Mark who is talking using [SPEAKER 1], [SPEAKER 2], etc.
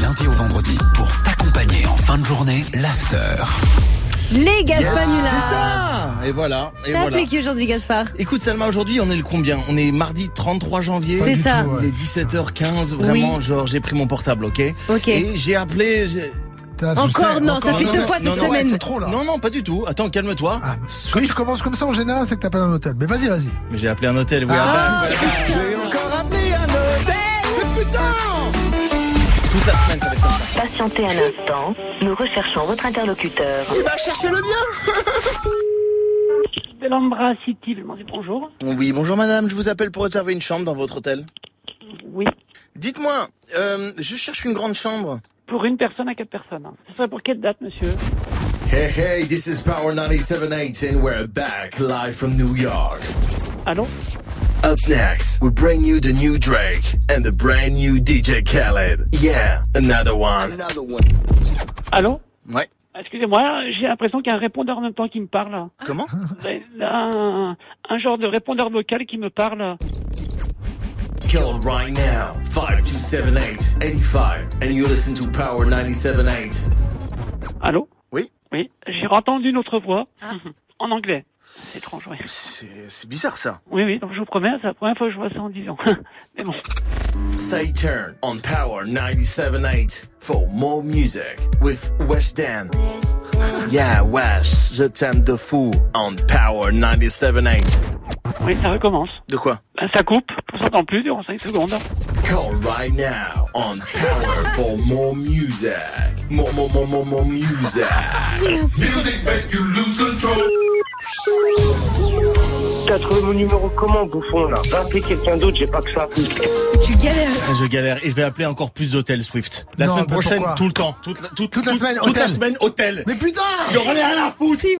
[SPEAKER 1] lundi au vendredi pour t'accompagner en fin de journée l'after.
[SPEAKER 2] Les Gaspar
[SPEAKER 3] Yes, C'est ça Et voilà. Et
[SPEAKER 2] T'as
[SPEAKER 3] voilà.
[SPEAKER 2] appelé qui aujourd'hui, Gaspard
[SPEAKER 3] Écoute Salma, aujourd'hui on est le combien On est mardi 33 janvier.
[SPEAKER 2] C'est ça.
[SPEAKER 3] Il est 17h15, vraiment, genre j'ai pris mon portable, ok
[SPEAKER 2] Ok.
[SPEAKER 3] Et j'ai appelé. j'ai-
[SPEAKER 4] Putain, je
[SPEAKER 2] Encore
[SPEAKER 4] sais,
[SPEAKER 2] non, ça fait
[SPEAKER 3] non,
[SPEAKER 2] deux
[SPEAKER 3] non,
[SPEAKER 2] fois
[SPEAKER 3] non,
[SPEAKER 2] cette
[SPEAKER 3] non,
[SPEAKER 2] semaine.
[SPEAKER 4] C'est trop là.
[SPEAKER 3] Non, non, pas du tout. Attends, calme-toi.
[SPEAKER 4] Ah, quand tu
[SPEAKER 3] Swift.
[SPEAKER 4] commences comme ça en général, c'est que t'appelles un hôtel. Mais vas-y, vas-y.
[SPEAKER 3] Mais j'ai appelé un hôtel, oui,
[SPEAKER 2] Ah.
[SPEAKER 3] après, voilà.
[SPEAKER 4] J'ai encore appelé un hôtel. Putain.
[SPEAKER 3] Toute la semaine, ça va être comme ça.
[SPEAKER 5] Patientez un instant, nous recherchons votre interlocuteur.
[SPEAKER 4] Il va chercher le bien.
[SPEAKER 6] de l'Ambra City, je m'en dis bonjour.
[SPEAKER 3] Oui, bonjour madame, je vous appelle pour réserver une chambre dans votre hôtel.
[SPEAKER 6] Oui,
[SPEAKER 3] Dites-moi, euh, je cherche une grande chambre.
[SPEAKER 6] pour une personne à quatre personnes. Ce serait pour quelle date, monsieur
[SPEAKER 7] Hey, hey, this is Power 97.8 and we're back live from New York.
[SPEAKER 6] Allô
[SPEAKER 7] Up next, we bring you the new Drake and the brand new DJ Khaled. Yeah, another one.
[SPEAKER 6] Allô
[SPEAKER 3] Ouais.
[SPEAKER 6] Excusez-moi, j'ai l'impression qu'il y a un répondeur en même temps qui me parle. Ben,
[SPEAKER 3] Comment
[SPEAKER 6] Un, un genre de répondeur vocal qui me parle.
[SPEAKER 7] Call right now, 5278-85, and you listen to Power 97.8.
[SPEAKER 6] Allô
[SPEAKER 3] Oui.
[SPEAKER 6] Oui, j'ai entendu une autre voix. En anglais. C'est étrange, oui.
[SPEAKER 3] C'est c'est bizarre ça.
[SPEAKER 6] Oui, oui, donc je vous promets, c'est la première fois que je vois ça en 10 ans. Mais bon.
[SPEAKER 7] Stay turned on Power 97.8 for more music with West Dan. Yeah, West, je t'aime de fou on Power 97.8.
[SPEAKER 6] Oui, ça recommence.
[SPEAKER 3] De quoi
[SPEAKER 6] Ben, ça coupe, on s'entend plus durant 5 secondes.
[SPEAKER 7] Call right now on Power for more music. More, more, more, more, more music.
[SPEAKER 8] T'as trouvé mon numéro comment, bouffon, là Va appeler quelqu'un d'autre, j'ai pas que ça.
[SPEAKER 2] Tu galères.
[SPEAKER 3] Je galère et je vais appeler encore plus d'hôtels Swift. La
[SPEAKER 4] Non,
[SPEAKER 3] semaine
[SPEAKER 4] mais
[SPEAKER 3] prochaine,
[SPEAKER 4] pourquoi
[SPEAKER 3] tout le temps. Toute la, toute,
[SPEAKER 4] Toute la
[SPEAKER 3] toute-
[SPEAKER 4] semaine,
[SPEAKER 3] toute la
[SPEAKER 4] hôtel.
[SPEAKER 3] semaine, hôtel.
[SPEAKER 4] Mais putain.
[SPEAKER 3] J'en ai rien à foutre.
[SPEAKER 2] Si